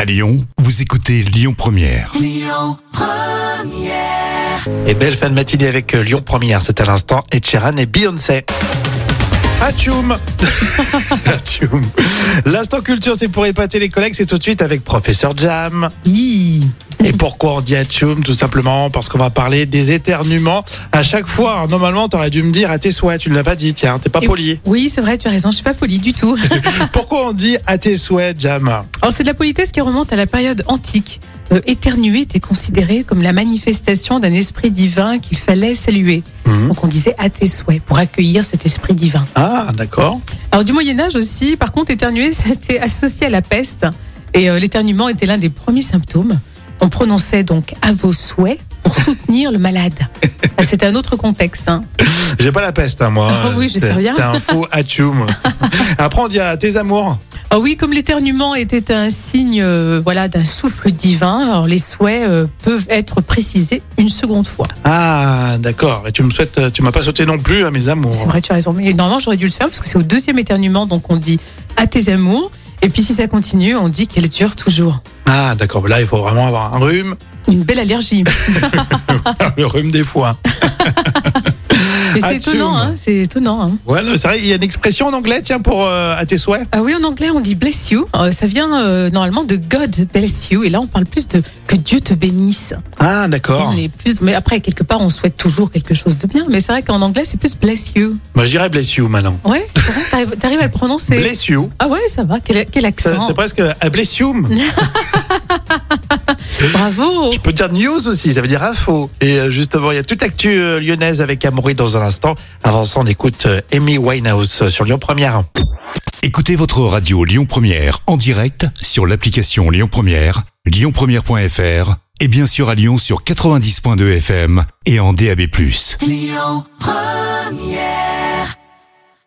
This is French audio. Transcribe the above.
À Lyon, vous écoutez Lyon Première. Et belle fin de matinée avec euh, Lyon Première, c'est à l'instant Ed Sheeran et Beyoncé. Atchoum Atchoum L'instant culture, c'est pour épater les collègues, c'est tout de suite avec Professeur Jam. Hi. Et pourquoi on dit Atchoum Tout simplement parce qu'on va parler des éternuements à chaque fois. Alors, normalement, t'aurais dû me dire à tes souhaits, tu ne l'as pas dit, tiens, t'es pas Et- poli. Oui, c'est vrai, tu as raison, je suis pas polie du tout. pourquoi on dit à tes souhaits, Jam Alors c'est de la politesse qui remonte à la période antique. Euh, éternuer était considéré comme la manifestation d'un esprit divin qu'il fallait saluer. Mhm. Donc on disait à tes souhaits pour accueillir cet esprit divin. Ah, d'accord. Alors du Moyen Âge aussi, par contre, éternuer c'était associé à la peste et euh, l'éternuement était l'un des premiers symptômes. On prononçait donc à vos souhaits pour soutenir le malade. Ah, C'était un autre contexte. hein. J'ai pas la peste, hein, moi. Oh oui, je sais C'était- bien. C'était un faux Atchoum. Après, on dit à tes amours. Ah oui, comme l'éternuement était un signe euh, voilà, d'un souffle divin, alors les souhaits euh, peuvent être précisés une seconde fois. Ah, d'accord. Et tu me souhaites, tu m'as pas sauté non plus, à mes amours. C'est vrai, tu as raison. Mais normalement, j'aurais dû le faire parce que c'est au deuxième éternuement, donc on dit à tes amours. Et puis si ça continue, on dit qu'elle dure toujours. Ah, d'accord. Là, il faut vraiment avoir un rhume, Une belle allergie. le rhume des foins. Mais c'est Atchoum. étonnant, hein, c'est étonnant. hein. Ouais, non, c'est vrai. Il y a une expression en anglais, tiens, pour euh, à tes souhaits. Ah oui, en anglais, on dit bless you. Euh, ça vient euh, normalement de God bless you. Et là, on parle plus de que Dieu te bénisse. Ah, d'accord. On est plus, mais après, quelque part, on souhaite toujours quelque chose de bien. Mais c'est vrai qu'en anglais, c'est plus bless you. Moi, Bah, je dirais bless you maintenant. Ouais, c'est vrai, t'arrives- t'arrives à le prononcer. Bless you. Ah ouais, ça va, quel, quel Ça, accent. C'est presque à bless you. Bravo. Je peux dire news aussi, ça veut dire info. Et euh, justement, il y a toute l'actu euh, lyonnaise avec Amaury dans un instant. Avant ça, on écoute euh, Amy Winehouse euh, sur Lyon Première. Écoutez votre radio Lyon Première en direct sur l'application Lyon Première, lyonpremière.fr et bien sûr à Lyon sur 90.2 FM et en DAB+.